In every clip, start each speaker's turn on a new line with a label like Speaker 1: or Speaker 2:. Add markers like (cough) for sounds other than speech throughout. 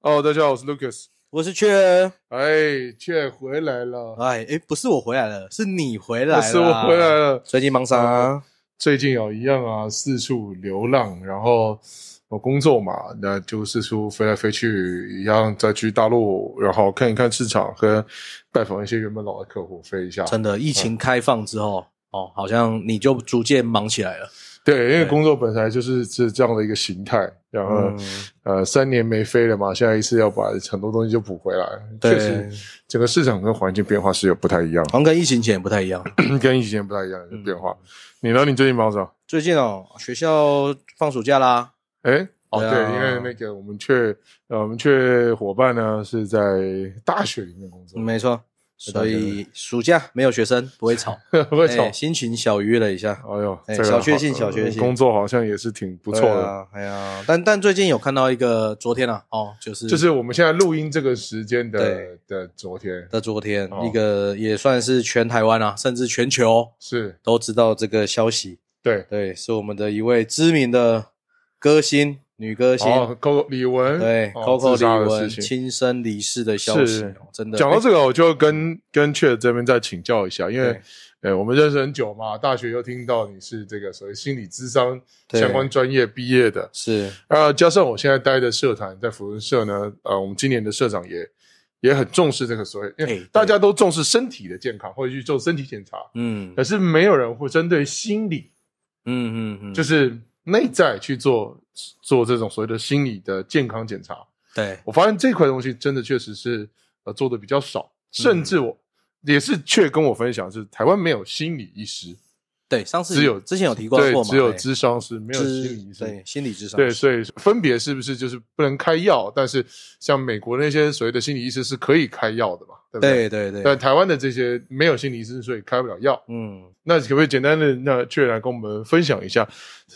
Speaker 1: 哦，大家好，我是 Lucas。
Speaker 2: 我是雀。
Speaker 1: 哎，却回来了，
Speaker 2: 哎哎，不是我回来了，是你啊回
Speaker 1: 那
Speaker 2: 来了。
Speaker 1: 是我回来。了。
Speaker 2: 最近忙啥？
Speaker 1: 最近哦，一样啊，四处流浪，然后我工作嘛，那就四处飞来飞去，一样再去大陆，然后看一看市场，和拜访一些原本老的客户，飞一下。
Speaker 2: 真的，疫情开放之后，哦，好像你就逐渐忙起来了。
Speaker 1: 对，因为工作本来就是是这样的一个形态，然后、
Speaker 2: 嗯，
Speaker 1: 呃，三年没飞了嘛，现在一次要把很多东西就补回来。确
Speaker 2: 对
Speaker 1: 实，，整个市场跟环境变化是有不太一样， (coughs)
Speaker 2: 好像跟疫情前也不太一样。
Speaker 1: 跟以前不太一样的
Speaker 2: 嗯
Speaker 1: 变化。你呢？你最近忙什么？
Speaker 2: 最近哦，学校放暑假啦。
Speaker 1: 哎，哦，
Speaker 2: 对啊
Speaker 1: 对，因为那个我们却呃，我们却伙伴呢是在大学里面工作，
Speaker 2: 没错，所以暑假没有学生，不会吵，
Speaker 1: 不啊 (laughs) 会吵
Speaker 2: 哎。心情小愉悦了一下。
Speaker 1: 哎呦，
Speaker 2: 哎
Speaker 1: 这个
Speaker 2: 小确幸
Speaker 1: 好
Speaker 2: 小确幸
Speaker 1: 工作好像也是挺不
Speaker 2: 不
Speaker 1: 错啊的。，
Speaker 2: 哎呀，但但最近有看到一个，昨天啊，哦，就是
Speaker 1: 就是我们现在录音这个时间的
Speaker 2: 对
Speaker 1: 的昨天
Speaker 2: 的昨天
Speaker 1: 哦，
Speaker 2: 一个也算是全台湾啊，甚至全球
Speaker 1: 是
Speaker 2: 都知道这个消息。
Speaker 1: 对，
Speaker 2: 对，是我们的一位知名的歌星，女歌星，
Speaker 1: 哦，Coco 李玟
Speaker 2: 对
Speaker 1: 哦
Speaker 2: ，Coco
Speaker 1: 自杀
Speaker 2: 李
Speaker 1: 的
Speaker 2: 玟
Speaker 1: 事情
Speaker 2: 亲身离世的消息哦
Speaker 1: 是，
Speaker 2: 真的哎
Speaker 1: 讲到这个，我就跟跟雀这边再请教一下，因为
Speaker 2: 对
Speaker 1: 呃，我们认识很久嘛，大学又听到你是这个所谓心理智商
Speaker 2: 对
Speaker 1: 相关专业毕业的，
Speaker 2: 是
Speaker 1: 呃，加上我现在待的社团在辅仁社呢，呃，我们今年的社长也也很重视这个所谓，因
Speaker 2: 哎
Speaker 1: 为
Speaker 2: 对
Speaker 1: 大家都重视身体的健康，或者去做身体检查，
Speaker 2: 嗯
Speaker 1: 可是没有人会针对心理，
Speaker 2: 嗯嗯嗯，
Speaker 1: 就是是内在去做做这种所谓的心理的健康检查。
Speaker 2: 对
Speaker 1: 我发现这块东西真的确实是呃做的比较少，甚
Speaker 2: 嗯
Speaker 1: 至我、也是却跟我分享是台湾没有心理医师，
Speaker 2: 对，上次
Speaker 1: 只有
Speaker 2: 之前有提过
Speaker 1: 对
Speaker 2: 过，嘛，
Speaker 1: 只有
Speaker 2: 哎
Speaker 1: 咨商师，没有心理医
Speaker 2: 智
Speaker 1: 师。
Speaker 2: 对心理智商
Speaker 1: 对，所以分别是不是就是不能开药？但是像美国那些所谓的心理医师是可以开药的嘛，对不对？
Speaker 2: 对对对，
Speaker 1: 但台湾的这些没有心理医师，所以开不了药。
Speaker 2: 嗯
Speaker 1: 那可不可以简单的那确来跟我们分享一下，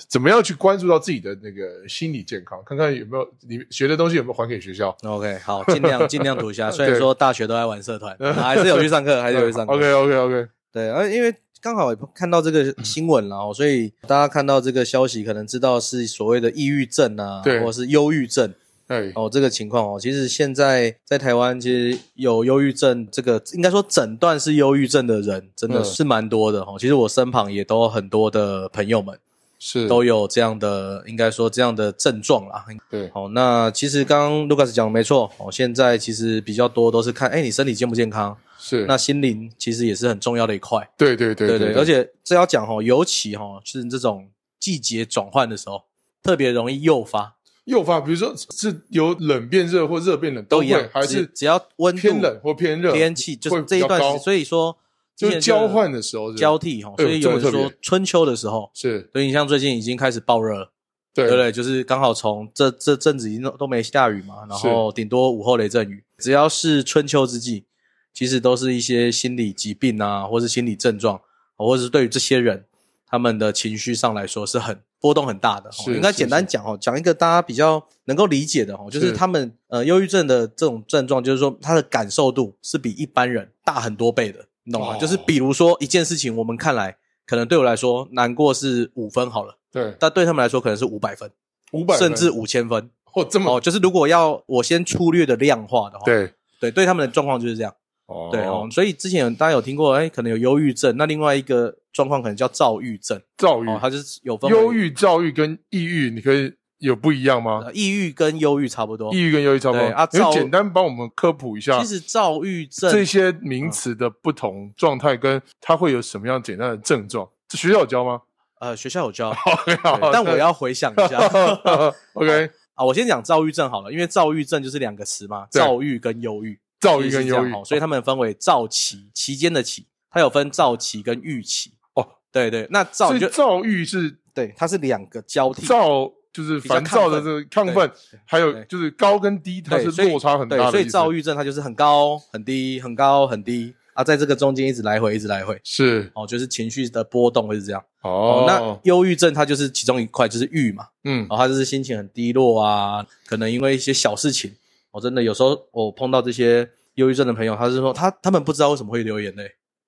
Speaker 1: 怎么样去关注到自己的那个心理健康，看看有没有你学的东西有没有还给学校？
Speaker 2: ，OK，好，尽量尽量读
Speaker 1: (laughs)
Speaker 2: 一下，虽然
Speaker 1: 对
Speaker 2: 说大学都在玩社团，
Speaker 1: (laughs)
Speaker 2: 啊还是有去上课，还是有去上课
Speaker 1: 啊 OK OK OK，
Speaker 2: 对，而因为刚好也看到这个
Speaker 1: 嗯
Speaker 2: 新闻了哦，所以大家看到这个消息，可能知道是所谓的抑郁症啊，
Speaker 1: 对
Speaker 2: 或者是忧郁症
Speaker 1: 哎，
Speaker 2: 哦这个情况哦。其实现在在台湾，其实有忧郁症这个，应该说诊断是忧郁症的人，真的
Speaker 1: 嗯
Speaker 2: 是蛮多的哦。其实我身旁也都有很多的朋友们
Speaker 1: 是
Speaker 2: 都有这样的，应该说这样的症状啦。
Speaker 1: 对，
Speaker 2: 好、那其实刚刚 Lucas 讲的没错哦，现在其实比较多都是看，哎，你身体健不健康？
Speaker 1: 是
Speaker 2: 那心灵其实也是很重要的一块。
Speaker 1: 对对对
Speaker 2: 对对
Speaker 1: 对，
Speaker 2: 而且这要讲哦，尤其哦，是这种季节转换的时候，特别容易诱发，
Speaker 1: 诱发，比如说是由冷变热或热变冷
Speaker 2: 都
Speaker 1: 会，
Speaker 2: 一样，
Speaker 1: 还
Speaker 2: 只
Speaker 1: 是
Speaker 2: 只要温度
Speaker 1: 偏冷或偏热，
Speaker 2: 天气就
Speaker 1: 会
Speaker 2: 是这
Speaker 1: 比
Speaker 2: 一
Speaker 1: 较
Speaker 2: 段时
Speaker 1: 高
Speaker 2: 间，所以说
Speaker 1: 就
Speaker 2: 之
Speaker 1: 是
Speaker 2: 前
Speaker 1: 交换的时候是
Speaker 2: 交替哦，
Speaker 1: 哎呦
Speaker 2: 所以有
Speaker 1: 这
Speaker 2: 人
Speaker 1: 么特
Speaker 2: 说
Speaker 1: 别
Speaker 2: 春秋的时候，
Speaker 1: 是
Speaker 2: 所以你像最近已经开始爆热了，
Speaker 1: 对
Speaker 2: 对不对？就是刚好从这这阵子已经都都没下雨嘛，然后顶多午后雷阵雨，只要是春秋之际，其实都是一些心理疾病啊，或是心理症状，哦或者是对于这些人他们的情绪上来说是很波动很大的。哦
Speaker 1: 是
Speaker 2: 应该
Speaker 1: 是
Speaker 2: 简单讲哦，讲一个大家比较能够理解的哦，就是
Speaker 1: 是
Speaker 2: 他们呃忧郁症的这种症状，就是说他的感受度是比一般人大很多倍的，你懂吗？
Speaker 1: 哦
Speaker 2: 就是比如说一件事情，我们看来可能对我来说难过是五分好了，
Speaker 1: 对
Speaker 2: 但对他们来说可能是五百分。
Speaker 1: 五百
Speaker 2: 甚至五千分
Speaker 1: 或这么
Speaker 2: 哦。就是如果要我先粗略的量化的话，
Speaker 1: 嗯对
Speaker 2: 对对，他们的状况就是这样。
Speaker 1: 哦
Speaker 2: 对哦，所以之前有大家有听过，哎，可能有忧郁症，那另外一个状况可能叫躁郁症
Speaker 1: 躁郁
Speaker 2: 哦，它就是有分为
Speaker 1: 忧、郁、躁郁跟抑郁，你可以有不一样吗？
Speaker 2: 呃抑郁跟忧郁差不多
Speaker 1: 抑。郁跟忧郁差不多
Speaker 2: 哦对啊
Speaker 1: 你
Speaker 2: 躁
Speaker 1: 简单帮我们科普一下
Speaker 2: 其实嗯躁郁
Speaker 1: 这
Speaker 2: 症
Speaker 1: 些名词的不同状态，跟它会有什么样简单的症状？这学校有教吗？
Speaker 2: 呃学校有教，
Speaker 1: (laughs) 好
Speaker 2: 对但我要回想
Speaker 1: (laughs)
Speaker 2: 一下 (laughs)
Speaker 1: OK，
Speaker 2: 啊，我先讲躁郁症好了，因为躁郁症就是两个词嘛，
Speaker 1: 对
Speaker 2: 躁郁跟忧郁，
Speaker 1: 躁郁跟
Speaker 2: 其实是这
Speaker 1: 忧
Speaker 2: 样
Speaker 1: 郁
Speaker 2: 哦，所以他们分为躁期期间的期，它有分躁期跟郁期。
Speaker 1: 哦，
Speaker 2: 对对，那躁
Speaker 1: 所
Speaker 2: 你
Speaker 1: 以
Speaker 2: 就
Speaker 1: 躁郁是
Speaker 2: 对，它是两个交替。
Speaker 1: 躁，就是烦躁的这个亢奋，还有
Speaker 2: 对
Speaker 1: 就是高跟低，它是
Speaker 2: 对所以
Speaker 1: 落差很大
Speaker 2: 对
Speaker 1: 的意，思。
Speaker 2: 所以躁郁症它就是很高很低，很高很低啊，在这个中间一直来回，一直来回。
Speaker 1: 是
Speaker 2: 哦，就是情绪的波动会是这样。
Speaker 1: 哦，
Speaker 2: 那忧郁症它就是其中一块，就是郁嘛，
Speaker 1: 嗯
Speaker 2: 哦，他就是心情很低落啊，可能因为一些小事情。我、真的有时候我碰到这些忧郁症的朋友，他是说他他们不知道为什么会流眼泪，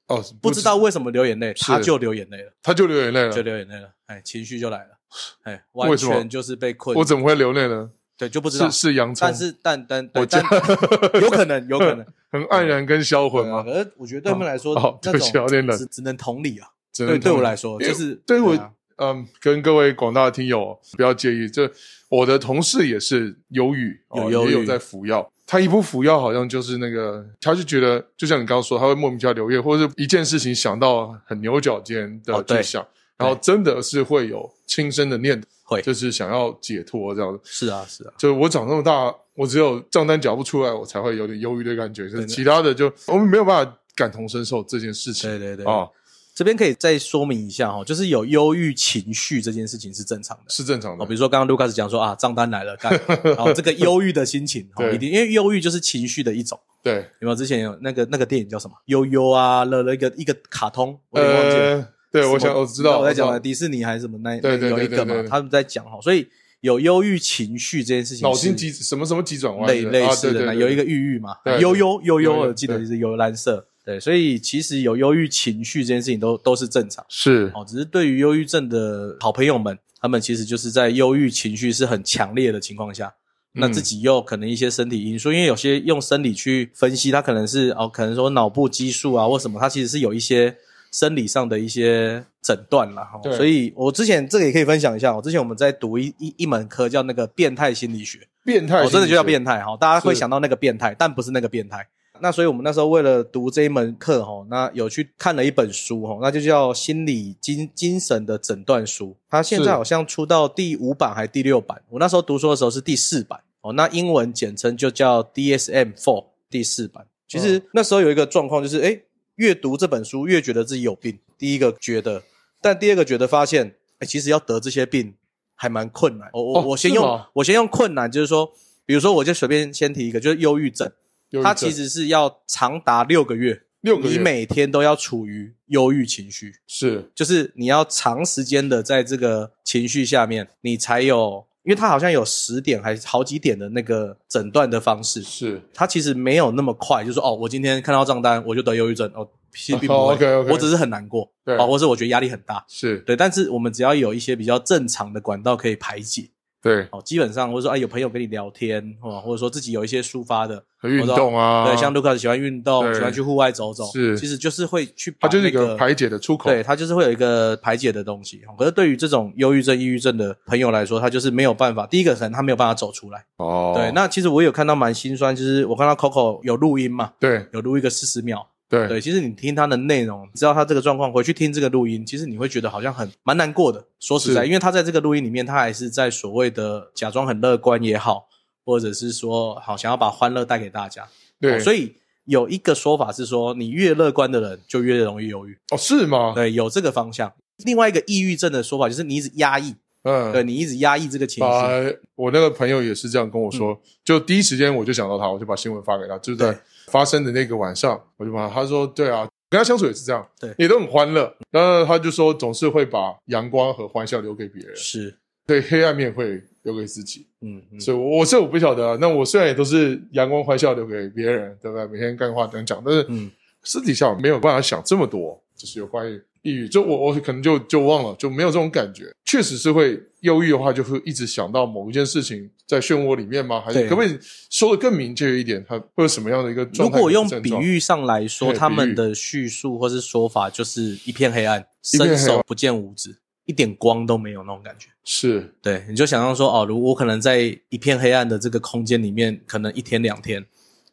Speaker 1: 哦，
Speaker 2: 不知道为什么流眼泪，
Speaker 1: 是
Speaker 2: 他就流眼泪了，
Speaker 1: 他就流眼泪
Speaker 2: 就
Speaker 1: 了，
Speaker 2: 流眼泪了，哎，情绪就来了，哎，
Speaker 1: 为
Speaker 2: 完
Speaker 1: 什么
Speaker 2: 全就是被困
Speaker 1: 我怎么会流泪呢？
Speaker 2: 对，就不知道
Speaker 1: 是。是洋葱，(laughs)
Speaker 2: 但是但但对
Speaker 1: 我觉
Speaker 2: 但 (laughs)
Speaker 1: (laughs)
Speaker 2: 有可能有可能
Speaker 1: 很黯然跟销魂
Speaker 2: 对啊
Speaker 1: 吗？
Speaker 2: 可是我觉得对他们来说
Speaker 1: 哦，
Speaker 2: 那
Speaker 1: 对不起有点
Speaker 2: 种
Speaker 1: 冷
Speaker 2: 只只能同理啊。
Speaker 1: 只能
Speaker 2: 对，对
Speaker 1: 同
Speaker 2: 我
Speaker 1: 意
Speaker 2: 来说
Speaker 1: 因
Speaker 2: 就
Speaker 1: 为
Speaker 2: 是
Speaker 1: 对我
Speaker 2: 啊
Speaker 1: 嗯，跟各位广大的听友不要介意，这我的同事也是忧郁，哦
Speaker 2: 有忧郁
Speaker 1: 也有在服药。他一不服药，好像就是那个，他就觉得，就像你刚刚说，他会莫名其妙流泪，或者是一件事情想到很牛角尖的
Speaker 2: 哦
Speaker 1: 去
Speaker 2: 对
Speaker 1: 想，然后真的是会有轻生的念头，
Speaker 2: 会
Speaker 1: 就是想要解脱这样子。
Speaker 2: 是啊是啊，
Speaker 1: 就是我长这么大，我只有账单缴不出来，我才会有点忧郁的感觉，就是
Speaker 2: 对
Speaker 1: 其他的就我们没有办法感同身受这件事情
Speaker 2: 对对对。
Speaker 1: 啊，
Speaker 2: 这边可以再说明一下哈，就是有忧郁情绪这件事情是正常的。
Speaker 1: 是正常的
Speaker 2: 哦，比。如说刚刚 Lucas 讲说啊，账单来了，
Speaker 1: (laughs)
Speaker 2: 干，然后这个忧郁的心情，哦，
Speaker 1: 对
Speaker 2: 一定，因为忧郁就是情绪的一种，
Speaker 1: 对，
Speaker 2: 有没有？之前有那个那个电影叫什么？悠悠啊，乐乐一个一个卡通，我有点忘记了。
Speaker 1: 呃，对，我想我知道，
Speaker 2: 我在讲
Speaker 1: 知道
Speaker 2: 的迪士尼还是什么那
Speaker 1: 对对对
Speaker 2: 有一个
Speaker 1: 对
Speaker 2: 嘛
Speaker 1: 对，对
Speaker 2: 他们在讲哈，所以有忧郁情绪这件事情是，
Speaker 1: 脑筋急什么什么急转弯
Speaker 2: 类
Speaker 1: 的
Speaker 2: 类
Speaker 1: 啊
Speaker 2: 似
Speaker 1: 对
Speaker 2: 的
Speaker 1: 对
Speaker 2: 呢，
Speaker 1: 对
Speaker 2: 有一个郁郁嘛
Speaker 1: 对，对
Speaker 2: 悠悠
Speaker 1: 悠悠
Speaker 2: 悠悠，我记得
Speaker 1: 对
Speaker 2: 就是幽蓝色，对，所以其实有忧郁情绪这件事情都都是正常。
Speaker 1: 是
Speaker 2: 哦，只是对于忧郁症的好朋友们，他们其实就是在忧郁情绪是很强烈的情况下，那
Speaker 1: 嗯
Speaker 2: 自己又可能一些身体因素，因为有些用生理去分析，它可能是哦，可能说脑部激素啊或什么，它其实是有一些生理上的一些诊断啦。哈、
Speaker 1: 对
Speaker 2: 所以我之前这个也可以分享一下，我之前我们在读一一一门课叫那个变态心理学，
Speaker 1: 变态心理学，
Speaker 2: 哦、真的就叫变态哈、大家会
Speaker 1: 是
Speaker 2: 想到那个变态，但不是那个变态。那所以我们那时候为了读这一门课哈、那有去看了一本书哈、那就叫《心理精精神的诊断书》，它现
Speaker 1: 是
Speaker 2: 在好像出到第五版还是第六版，我那时候读书的时候是第四版哦，那英文简称就叫 DSM Four 第四版。其
Speaker 1: 哦
Speaker 2: 实那时候有一个状况就是，哎，越读这本书越觉得自己有病，第一个觉得，但第二个觉得发现，哎，其实要得这些病还蛮困难。我我、
Speaker 1: 哦
Speaker 2: 我先
Speaker 1: 是
Speaker 2: 用
Speaker 1: 吗
Speaker 2: 我先用困难，就是说，比如说我就随便先提一个，就是忧郁症，
Speaker 1: 有一
Speaker 2: 它
Speaker 1: 阵
Speaker 2: 其实是要长达六个月，
Speaker 1: 六个
Speaker 2: 你
Speaker 1: 月
Speaker 2: 每天都要处于忧郁情绪，
Speaker 1: 是
Speaker 2: 就是你要长时间的在这个情绪下面，你才有，因为它好像有十点还是好几点的那个诊断的方式，
Speaker 1: 是
Speaker 2: 它其实没有那么快，就是说哦，我今天看到账单我就得忧郁症，哦，其实并不会，
Speaker 1: 哦，OK，OK
Speaker 2: 我只是很难过，
Speaker 1: 对
Speaker 2: 哦，或是我觉得压力很大，
Speaker 1: 是，
Speaker 2: 对，但是我们只要有一些比较正常的管道可以排解，
Speaker 1: 对，
Speaker 2: 哦，基本上或者说哎有朋友跟你聊天，哦，或者说自己有一些抒发的，
Speaker 1: 和运动啊，
Speaker 2: 对，像卢卡斯喜欢运动，
Speaker 1: 对
Speaker 2: 喜欢去户外走走，
Speaker 1: 是
Speaker 2: 其实就是会去
Speaker 1: 它
Speaker 2: 把
Speaker 1: 就是一
Speaker 2: 那
Speaker 1: 个排解的出口，
Speaker 2: 对，它就是会有一个排解的东西。哦可是对于这种忧郁症、抑郁症的朋友来说，他就是没有办法。第一个可能他没有办法走出来。
Speaker 1: 哦，
Speaker 2: 对，那其实我有看到蛮心酸，就是我看到 Coco 有录音嘛，
Speaker 1: 对
Speaker 2: 有录一个四十秒。
Speaker 1: 对
Speaker 2: 对，其实你听他的内容，知道他这个状况，回去听这个录音，其实你会觉得好像很蛮难过的。说实在，
Speaker 1: 是
Speaker 2: 因为他在这个录音里面，他还是在所谓的假装很乐观也好，或者是说好想要把欢乐带给大家。
Speaker 1: 对，
Speaker 2: 哦所
Speaker 1: 以
Speaker 2: 以有一个说法是说，你越乐观的人就越容易忧郁。
Speaker 1: 哦是吗？
Speaker 2: 对，有这个方向。另外一个抑郁症的说法就是你一直压抑，
Speaker 1: 嗯，哦
Speaker 2: 对你一直压抑这个情
Speaker 1: 把啊
Speaker 2: 绪，
Speaker 1: 我那个朋友也是这样跟我说，就第一时间我就想到他，我就把新闻发给他，就是在
Speaker 2: 对
Speaker 1: 发生的那个晚上，我就把他说，对啊，跟他相处也是这样，
Speaker 2: 对
Speaker 1: 也都很欢乐。然后他就说，总是会把阳光和欢笑留给别人，
Speaker 2: 是，
Speaker 1: 对黑暗面会留给自己。
Speaker 2: 嗯，嗯
Speaker 1: 所以我，我这我不晓得啊。那我虽然也都是阳光欢笑留给别人，对不对？每天干话等讲，但是
Speaker 2: 嗯
Speaker 1: 私底下没有办法想这么多，就是有关于抑郁。就我我可能就就忘了，就没有这种感觉。确实是会忧郁的话，就会一直想到某一件事情在漩涡里面吗？还是
Speaker 2: 对
Speaker 1: 可不可以说的更明确一点？它会有什么样的一个状
Speaker 2: 如
Speaker 1: 态？
Speaker 2: 果用比，喻上来
Speaker 1: 对
Speaker 2: 说，
Speaker 1: 比喻
Speaker 2: 他们的叙述或是说法就是一片黑暗，
Speaker 1: 一片黑
Speaker 2: 伸
Speaker 1: 暗
Speaker 2: 手不见五指，一点光都没有那种感觉。
Speaker 1: 是
Speaker 2: 对，你就想象说，哦，如果我可能在一片黑暗的这个空间里面，可能一天两天，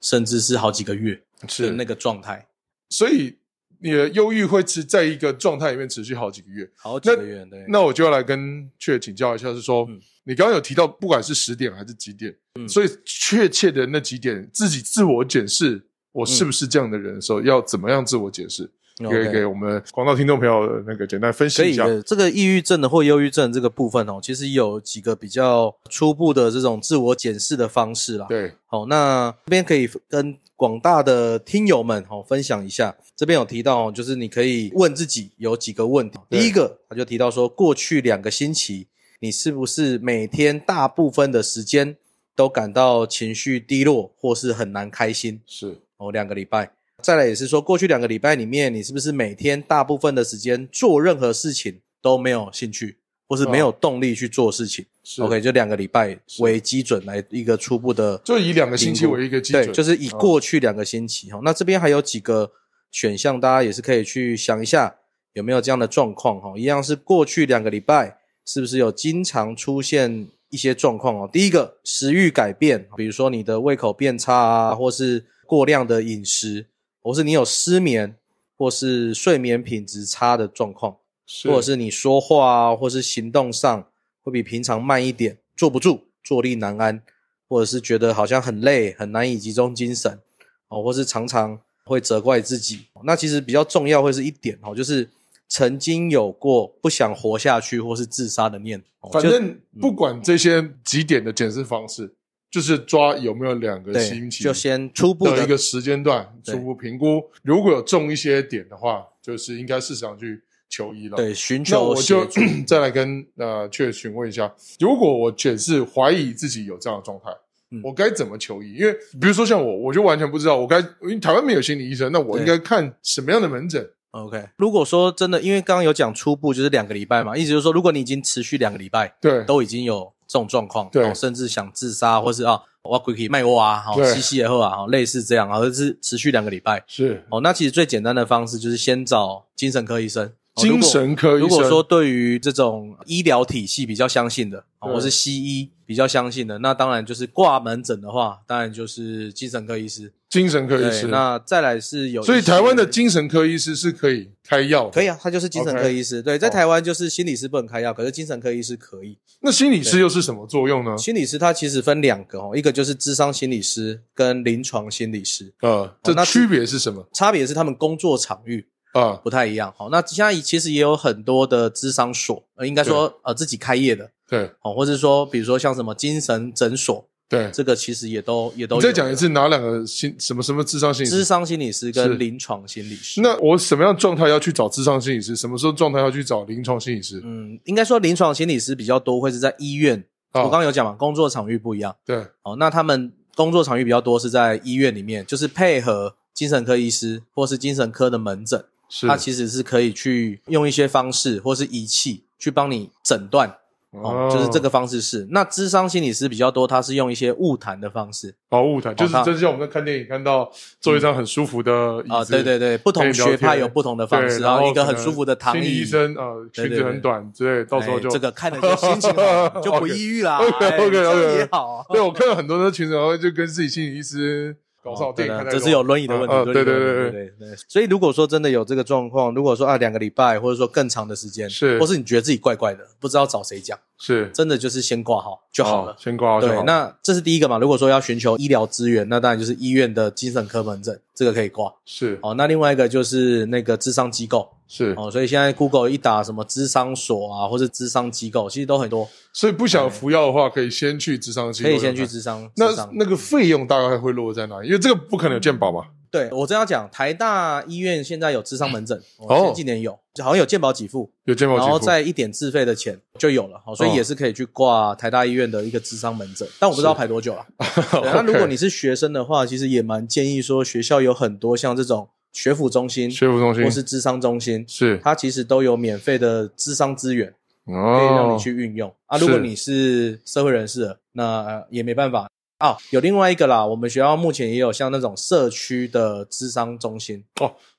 Speaker 2: 甚至是好几个月
Speaker 1: 是
Speaker 2: 的那个状态，
Speaker 1: 所以你的忧郁会持在一个状态里面持续好几个月。
Speaker 2: 好几个月，对，
Speaker 1: 那我就要来跟雀请教一下，是说、
Speaker 2: 嗯
Speaker 1: 你刚刚有提到，不管是十点还是几点，
Speaker 2: 嗯
Speaker 1: 所以确切的那几点，自己自我检视，我是不是这样的人的时候，要怎么样自我解释？给
Speaker 2: 嗯 OK
Speaker 1: 给我们广大听众朋友那个简单分析
Speaker 2: 所
Speaker 1: 一
Speaker 2: 以
Speaker 1: 下。
Speaker 2: 呃这个抑郁症的或忧郁症这个部分哦，其实有几个比较初步的这种自我检视的方式啦。
Speaker 1: 对，
Speaker 2: 好、那这边可以跟广大的听友们哦分享一下，这边有提到、哦，就是你可以问自己有几个问题。
Speaker 1: 对
Speaker 2: 第一个，他就提到说，过去两个星期，你是不是每天大部分的时间都感到情绪低落，或是很难开心？
Speaker 1: 是
Speaker 2: 哦，两个礼拜。再来也是说，过去两个礼拜里面，你是不是每天大部分的时间做任何事情都没有兴趣，或是没有动力去做事情。
Speaker 1: 哦是
Speaker 2: OK，就两个礼拜为基准来一个初步的，
Speaker 1: 就以两个星期为一个基准，嗯
Speaker 2: 对，就是以过去两个星期哈、那这边还有几个选项，大家也是可以去想一下有没有这样的状况哈、一样是过去两个礼拜是不是有经常出现一些状况哦？第一个食欲改变，比如说你的胃口变差啊，或是过量的饮食，或是你有失眠，或是睡眠品质差的状况。
Speaker 1: 是
Speaker 2: 或者是你说话啊，或是行动上会比平常慢一点，坐不住，坐立难安，或者是觉得好像很累，很难以集中精神，哦，或是常常会责怪自己。哦那其实比较重要会是一点哦，就是曾经有过不想活下去或是自杀的念头。
Speaker 1: 反
Speaker 2: 就
Speaker 1: 正不管这些几点的检视方式，就是抓有没有两个
Speaker 2: 对，
Speaker 1: 星期
Speaker 2: 就先初步
Speaker 1: 的
Speaker 2: 的
Speaker 1: 一个时间段
Speaker 2: 对
Speaker 1: 初步评估，如果有中一些点的话，就是应该市场去求医了。
Speaker 2: 对寻
Speaker 1: 那
Speaker 2: 求
Speaker 1: 我就
Speaker 2: 协助
Speaker 1: (clears throat) 再来跟呃确询问一下，如果我检视怀疑自己有这样的状态，
Speaker 2: 嗯
Speaker 1: 我该怎么求医？因为比如说像我，我就完全不知道我该，因为台湾没有心理医生，那我应该看什么样的门诊？
Speaker 2: OK。如果说真的，因为刚刚有讲初步就是两个礼拜嘛，意思就是说，如果你已经持续两个礼拜，
Speaker 1: 对，
Speaker 2: 都已经有这种状况，
Speaker 1: 对
Speaker 2: 哦甚至想自杀，或是啊，我鬼去卖我啊，哦，
Speaker 1: 对
Speaker 2: 吸吸也后啊，哦，类似这样，啊，就是持续两个礼拜。
Speaker 1: 是
Speaker 2: 哦，那其实最简单的方式就是先找精神科医生。哦
Speaker 1: 精神科医生。
Speaker 2: 如果如果说对于这种医疗体系比较相信的，哦
Speaker 1: 对
Speaker 2: 或是西医比较相信的，那当然就是挂门诊的话，当然就是精神科医师。
Speaker 1: 精神科医
Speaker 2: 对，
Speaker 1: 生，
Speaker 2: 那再来是有一些，
Speaker 1: 所以台湾的精神科医师是可以开药的，
Speaker 2: 可以啊，他就是精神科医师。
Speaker 1: 哦
Speaker 2: 对，在台湾就是心理师不能开药，可是精神科医师可以。
Speaker 1: 那心理师又是什么作用呢？
Speaker 2: 心理师他其实分两个哦，一个就是智商心理师跟临床心理师，
Speaker 1: 呃，这
Speaker 2: 哦那是
Speaker 1: 区别是什么
Speaker 2: 差别是他们工作场域
Speaker 1: 啊？
Speaker 2: 不太一样。哦好，那现在其实也有很多的智商所，呃，应该说呃自己开业的
Speaker 1: 对
Speaker 2: 哦，或者说比如说像什么精神诊所，
Speaker 1: 对，
Speaker 2: 这个其实也都也都
Speaker 1: 你
Speaker 2: 有
Speaker 1: 再讲一次哪两个心什么什么智商心理
Speaker 2: 智
Speaker 1: 师？
Speaker 2: 商心理师
Speaker 1: 是
Speaker 2: 跟临床心理师。
Speaker 1: 那我什么样状态要去找智商心理师？什么时候状态要去找临床心理师？
Speaker 2: 嗯，应该说临床心理师比较多会是在医院，
Speaker 1: 啊
Speaker 2: 我刚刚有讲嘛，工作场域不一样。
Speaker 1: 对
Speaker 2: 哦，那他们工作场域比较多是在医院里面，就是配合精神科医师或是精神科的门诊，
Speaker 1: 是
Speaker 2: 他其实是可以去用一些方式或是仪器去帮你诊断，哦，就是这个方式是。那智商心理师比较多，他是用一些物谈的方式
Speaker 1: 保护台，就是
Speaker 2: 哦他
Speaker 1: 真像我们在看电影看到坐一张很舒服的椅
Speaker 2: 啊、
Speaker 1: 子，
Speaker 2: 对对对，不
Speaker 1: 可以
Speaker 2: 同
Speaker 1: 聊
Speaker 2: 学派
Speaker 1: 天
Speaker 2: 有不同的
Speaker 1: 对，
Speaker 2: 方式，然后一个
Speaker 1: 可
Speaker 2: 很
Speaker 1: 能
Speaker 2: 舒服的躺
Speaker 1: 心理
Speaker 2: 椅
Speaker 1: 医。生啊，呃
Speaker 2: 对
Speaker 1: 裙
Speaker 2: 对
Speaker 1: 子
Speaker 2: 对
Speaker 1: 很短之类，到时候
Speaker 2: 哎
Speaker 1: 就
Speaker 2: 这个看了就心情好，
Speaker 1: (laughs)
Speaker 2: 就不
Speaker 1: OK
Speaker 2: 抑郁啦。
Speaker 1: OK，
Speaker 2: 哎
Speaker 1: OK，
Speaker 2: 这样
Speaker 1: OK
Speaker 2: 也好。
Speaker 1: 对，我看到很多的群然后就跟自己心理医师搞上
Speaker 2: 哦对
Speaker 1: 电影
Speaker 2: 的
Speaker 1: 看太多，
Speaker 2: 这是有轮椅的问题
Speaker 1: 啊啊。
Speaker 2: 轮椅
Speaker 1: 对
Speaker 2: 的
Speaker 1: 对
Speaker 2: 问
Speaker 1: 对
Speaker 2: 题对对对。所以如果说真的有这个状况，如果说啊两个礼拜，或者说更长的时间，
Speaker 1: 是
Speaker 2: 或是你觉得自己怪怪的，不知道找谁讲，
Speaker 1: 是
Speaker 2: 真的就是先挂号就好
Speaker 1: 哦
Speaker 2: 了。
Speaker 1: 先挂号就好
Speaker 2: 对
Speaker 1: 了。，
Speaker 2: 那这是第一个嘛。如果说要寻求医疗资源，那当然就是医院的精神科门诊，这个可以挂。
Speaker 1: 是
Speaker 2: 哦，那另外一个就是那个智商机构
Speaker 1: 是，
Speaker 2: 哦，所以现在 Google 一打什么智商所啊，或是智商机构，其实都很多，
Speaker 1: 所以不想服药的话，可以先去智商机构
Speaker 2: 哎可以先去
Speaker 1: 看看。
Speaker 2: 智商。
Speaker 1: 那
Speaker 2: 智商
Speaker 1: 那个费用大概会落在哪里？因为这个不可能有健保吧？
Speaker 2: 对我正要讲，台大医院现在有智商门诊，
Speaker 1: 哦
Speaker 2: 哦，前几年有，好像有健保给付，
Speaker 1: 有健保
Speaker 2: 然
Speaker 1: 给
Speaker 2: 后
Speaker 1: 付，
Speaker 2: 再一点自费的钱就有了，哦所以也是可以去挂台大医院的一个智商门诊，但我不知道排多
Speaker 1: (laughs)
Speaker 2: 久啊。对那如果你是学生的话，其实也蛮建议说，学校有很多像这种学府中心
Speaker 1: 学府中心
Speaker 2: 或是智商中心，
Speaker 1: 是
Speaker 2: 它其实都有免费的智商资源可以让
Speaker 1: 哦
Speaker 2: 你，去运用啊。如果
Speaker 1: 是
Speaker 2: 你是社会人士了，那呃也没办法。啊，有另外一个啦，我们学校目前也有像那种社区的智商中心，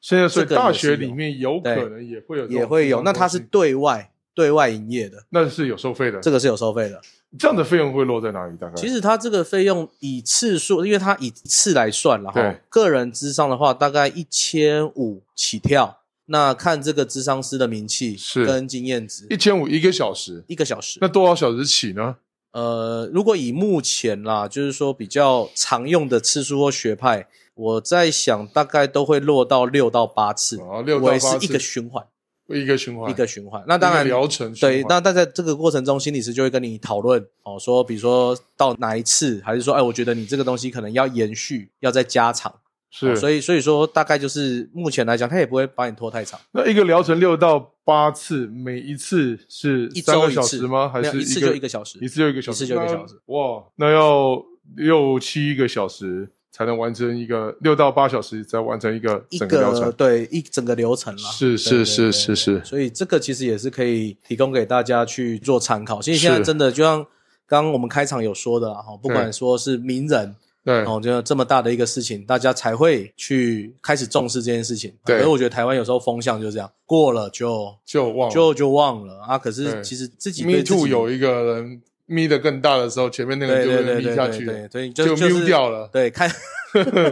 Speaker 1: 现在所以
Speaker 2: 这个也
Speaker 1: 大学
Speaker 2: 是
Speaker 1: 里
Speaker 2: 有
Speaker 1: 面有可
Speaker 2: 对
Speaker 1: 能也会有这种
Speaker 2: 也会有。
Speaker 1: 哦智商
Speaker 2: 那它是
Speaker 1: 中心
Speaker 2: 对外对外营业的，
Speaker 1: 那是有收费的，
Speaker 2: 这个是有收费的。
Speaker 1: 这样的费用会落在哪里？大概
Speaker 2: 其实它这个费用以次数，因为它以次来算了哈
Speaker 1: 对。
Speaker 2: 个人智商的话，大概一千五起跳。那看这个智商师的名气
Speaker 1: 是
Speaker 2: 跟经验值
Speaker 1: 一，千五一个小时，
Speaker 2: 一个小时。
Speaker 1: 那多少小时起呢？
Speaker 2: 呃，如果以目前啦，就是说比较常用的次数或学派，我在想大概都会落到六到八次，
Speaker 1: 啊，六到
Speaker 2: 为
Speaker 1: 八
Speaker 2: 是
Speaker 1: 次
Speaker 2: 一个循环，
Speaker 1: 一个循环，
Speaker 2: 一个循环。那当然
Speaker 1: 一个疗程循环
Speaker 2: 对，那但在这个过程中，心理师就会跟你讨论哦，说比如说到哪一次，还是说，哎，我觉得你这个东西可能要延续，要再加长。
Speaker 1: 是，
Speaker 2: 哦所以所以说大概就是目前来讲，他也不会把你拖太长，
Speaker 1: 那一个疗程六到八次，每一次是
Speaker 2: 一
Speaker 1: 三
Speaker 2: 周
Speaker 1: 个
Speaker 2: 一
Speaker 1: 小
Speaker 2: 次
Speaker 1: 时吗？还
Speaker 2: 没有
Speaker 1: 是
Speaker 2: 一次
Speaker 1: 个
Speaker 2: 就一个小时
Speaker 1: 一次就一个小时，
Speaker 2: 一次就一个小时
Speaker 1: 那哇，那要六七个小时才能完成一个六到八小时，才完成一个
Speaker 2: 一
Speaker 1: 整个疗程。
Speaker 2: 对一整个流程啦。
Speaker 1: 是
Speaker 2: 对
Speaker 1: 是
Speaker 2: 对
Speaker 1: 是
Speaker 2: 对
Speaker 1: 是是，
Speaker 2: 所以这个其实也是可以提供给大家去做参考。其实现在
Speaker 1: 是
Speaker 2: 真的就像刚刚我们开场有说的啦，哈，不管说是名人
Speaker 1: 对
Speaker 2: 哦，就这么大的一个事情，大家才会去开始重视这件事情。
Speaker 1: 对
Speaker 2: 可是我觉得台湾有时候风向就这样，过了就
Speaker 1: 就忘了。
Speaker 2: 就就忘了啊。可是
Speaker 1: 对
Speaker 2: 其实自己
Speaker 1: Me
Speaker 2: 对自己
Speaker 1: Too 有一个人眯的更大的时候，前面那个
Speaker 2: 对
Speaker 1: 人就被
Speaker 2: 对对
Speaker 1: 眯
Speaker 2: 对
Speaker 1: 下
Speaker 2: 对
Speaker 1: 去了
Speaker 2: 对，，所以
Speaker 1: 就
Speaker 2: 就就是
Speaker 1: mute 掉
Speaker 2: (laughs)
Speaker 1: 了，
Speaker 2: 对，看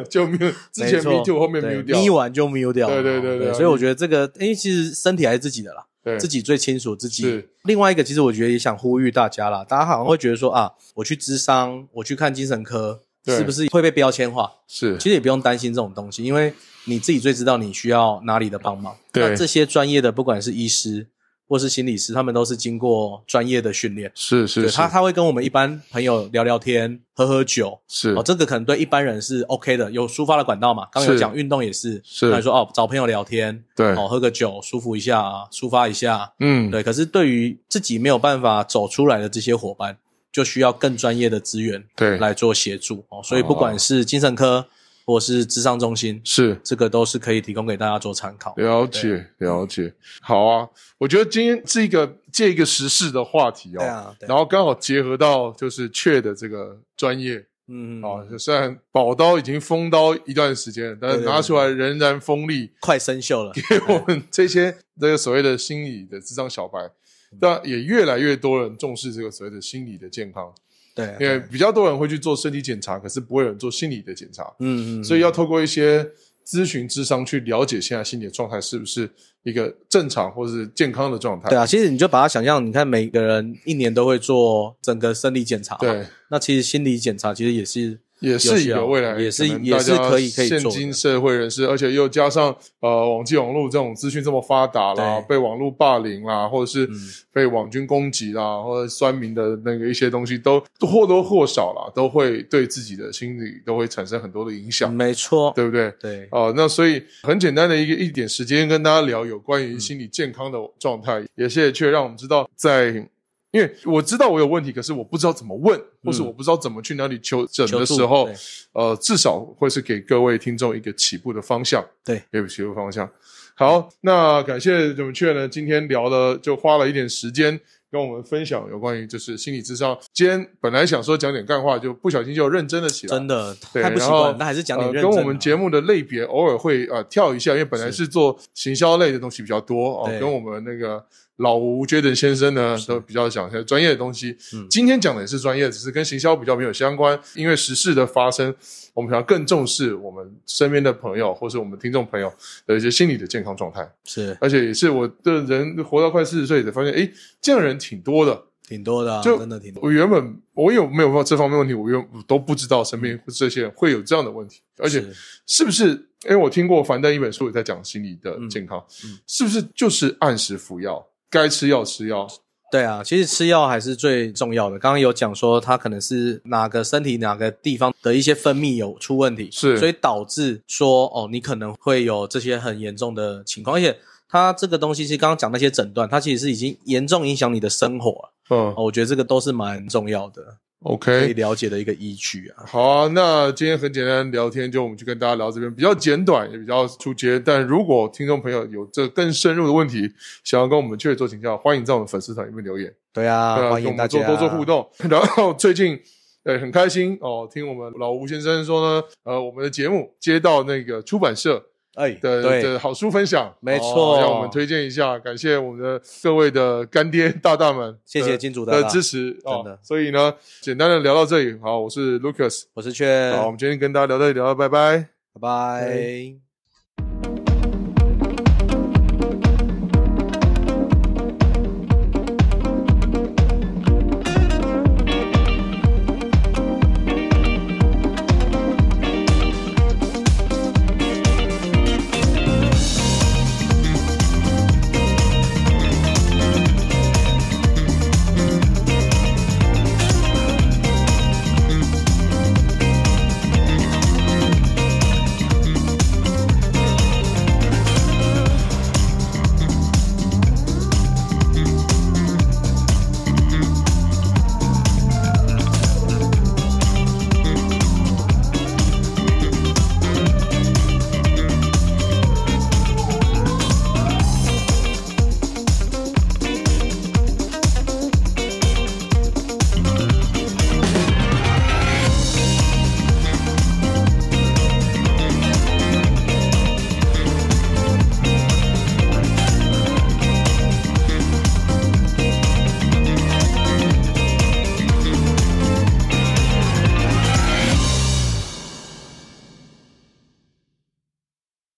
Speaker 1: 就 mute (laughs) 之前
Speaker 2: 没错
Speaker 1: Me Too 后面
Speaker 2: 对
Speaker 1: mute 掉
Speaker 2: 眯
Speaker 1: 了，
Speaker 2: 完就 mute 掉了。哦
Speaker 1: 对对对对啊
Speaker 2: 所以我觉得这个，因为其实身体还是自己的啦。
Speaker 1: 对
Speaker 2: 自己最清楚自己
Speaker 1: 是。
Speaker 2: 另外一个，其实我觉得也想呼吁大家啦，大家好像会觉得说啊，我去咨商，我去看精神科，
Speaker 1: 对
Speaker 2: 是不是会被标签化？
Speaker 1: 是
Speaker 2: 其实也不用担心这种东西，因为你自己最知道你需要哪里的帮忙。
Speaker 1: 对
Speaker 2: 那这些专业的，不管是医师或是心理师，他们都是经过专业的训练。
Speaker 1: 是是
Speaker 2: 对
Speaker 1: 是
Speaker 2: 他，他会跟我们一般朋友聊聊天、喝喝酒，
Speaker 1: 是
Speaker 2: 哦，这个可能对一般人是 OK 的，有抒发的管道嘛。刚刚有
Speaker 1: 是
Speaker 2: 讲运动也是，
Speaker 1: 是
Speaker 2: 那你说哦，找朋友聊天，
Speaker 1: 对，
Speaker 2: 哦，喝个酒舒服一下啊，抒发一下，
Speaker 1: 嗯，
Speaker 2: 对，可是对于自己没有办法走出来的这些伙伴，就需要更专业的资源
Speaker 1: 对，
Speaker 2: 来做协助哦。所以不管是精神科或是智商中心，
Speaker 1: 是
Speaker 2: 这个都是可以提供给大家做参考。
Speaker 1: 了解了解，好啊，我觉得今天是一个这一个时事的话题哦，
Speaker 2: 啊，对
Speaker 1: 然后刚好结合到就是确的这个专业
Speaker 2: 嗯，
Speaker 1: 啊，就虽然宝刀已经封刀一段时间了，但是
Speaker 2: 对对对
Speaker 1: 拿出来仍然锋利，
Speaker 2: 快生锈
Speaker 1: (laughs)
Speaker 2: 了，
Speaker 1: 给我们这些这个所谓的心理的智障小白。
Speaker 2: 嗯
Speaker 1: 那也越来越多人重视这个所谓的心理的健康，
Speaker 2: 对，
Speaker 1: 因为
Speaker 2: 对嗯
Speaker 1: 比较多人会去做身体检查，可是不会有人做心理的检查。
Speaker 2: 嗯嗯，
Speaker 1: 所以
Speaker 2: 要
Speaker 1: 要透过一些咨询、智商去了解现在心理的状态是不是一个正常或是健康的状态。
Speaker 2: 对啊，其实你就把它想象，你看每个人一年都会做整个生理检查，
Speaker 1: 对，，
Speaker 2: 那其实心理检查其实也是
Speaker 1: 也是一
Speaker 2: 有需
Speaker 1: 个
Speaker 2: 要
Speaker 1: 未来
Speaker 2: 也是
Speaker 1: 可能
Speaker 2: 也是
Speaker 1: 大家
Speaker 2: 可以可以做
Speaker 1: 现
Speaker 2: 的
Speaker 1: 今社会人士，而且又加上呃网际网络这种资讯这么发达啦，
Speaker 2: 对
Speaker 1: 被网络霸凌啦，或者是
Speaker 2: 嗯
Speaker 1: 被网军攻击啦，或者酸民的那个一些东西，都或多或少啦，都会对自己的心理都会产生很多的影响，
Speaker 2: 没错，
Speaker 1: 对不对？
Speaker 2: 对
Speaker 1: 哦，那所以很简单的一个一点时间跟大家聊有关
Speaker 2: 嗯
Speaker 1: 于心理健康的状态，也是却让我们知道在，因为我知道我有问题，可是我不知道怎么问，或是我不知道怎么去哪里求诊
Speaker 2: 嗯求
Speaker 1: 的
Speaker 2: 助
Speaker 1: 时候
Speaker 2: 对，
Speaker 1: 呃，至少会是给各位听众一个起步的方向，
Speaker 2: 对，
Speaker 1: 一个起步方向。好，那感谢准确呢，今天聊了就花了一点时间。跟我们分享有关于就是心理智商。今天本来想说讲点干话，就不小心就认真了起来。
Speaker 2: 真的
Speaker 1: 对
Speaker 2: 太不习
Speaker 1: 然后
Speaker 2: 惯了，那还是讲点
Speaker 1: 呃，
Speaker 2: 认
Speaker 1: 跟
Speaker 2: 真的啊。
Speaker 1: 我们节目的类别偶尔会呃跳一下，因为本来是做行销类的东西比较多哦，
Speaker 2: 对
Speaker 1: 跟我们那个老吴 Jaden 先生呢都比较讲一些专业的东西。
Speaker 2: 嗯
Speaker 1: 今天讲的也是专业，只是跟行销比较没有相关，因为时事的发生，我们想要更重视我们身边的朋友或是我们听众朋友的一些心理的健康状态，
Speaker 2: 是
Speaker 1: 而且也是我的人活到快四十岁才发现，诶，这样的人挺多的。
Speaker 2: 挺多的啊，
Speaker 1: 就
Speaker 2: 真的挺多。
Speaker 1: 我原本我有没有这方面问题，我原我都不知道身
Speaker 2: 嗯
Speaker 1: 边这些人会有这样的问题，而且
Speaker 2: 是
Speaker 1: 是不是？因为我听过樊登一本书也在讲心理的健康，
Speaker 2: 嗯嗯
Speaker 1: 是不是就是按时服药，该吃药吃药？
Speaker 2: 对啊，其实吃药还是最重要的。刚刚有讲说，它可能是哪个身体哪个地方的一些分泌有出问题，
Speaker 1: 是
Speaker 2: 所以导致说哦，你可能会有这些很严重的情况，而且它这个东西是刚刚讲那些诊断，它其实是已经严重影响你的生活
Speaker 1: 嗯
Speaker 2: 了、哦我觉得这个都是蛮重要的，可
Speaker 1: ，OK，
Speaker 2: 以了解的一个依据啊。
Speaker 1: 好啊。那今天很简单聊天，就我们就跟大家聊这边，比较简短，也比较出街。但如果听众朋友有这更深入的问题，想要跟我们确实做请教，欢迎在我们粉丝团里面留言。
Speaker 2: 对啊，
Speaker 1: 对啊，
Speaker 2: 欢
Speaker 1: 跟我
Speaker 2: 迎大
Speaker 1: 们
Speaker 2: 家
Speaker 1: 做多做互。动。然后最近，呃，很开心哦，听我们老吴先生说呢，呃，我们的节目接到那个出版社
Speaker 2: 哎，
Speaker 1: 的
Speaker 2: 对
Speaker 1: 的好书分享，
Speaker 2: 没错
Speaker 1: 哦让我们推荐一下，感谢我们的各位的干爹 (laughs) 大大们，
Speaker 2: 谢谢
Speaker 1: 呃
Speaker 2: 金主大
Speaker 1: 的
Speaker 2: 大
Speaker 1: 支持哦
Speaker 2: 真的
Speaker 1: 所以呢，简单的聊到这里，好，我是哎 Lucas，
Speaker 2: 我是雀，
Speaker 1: 好，我们今天跟大家聊到这里，聊到拜拜。
Speaker 2: 拜拜。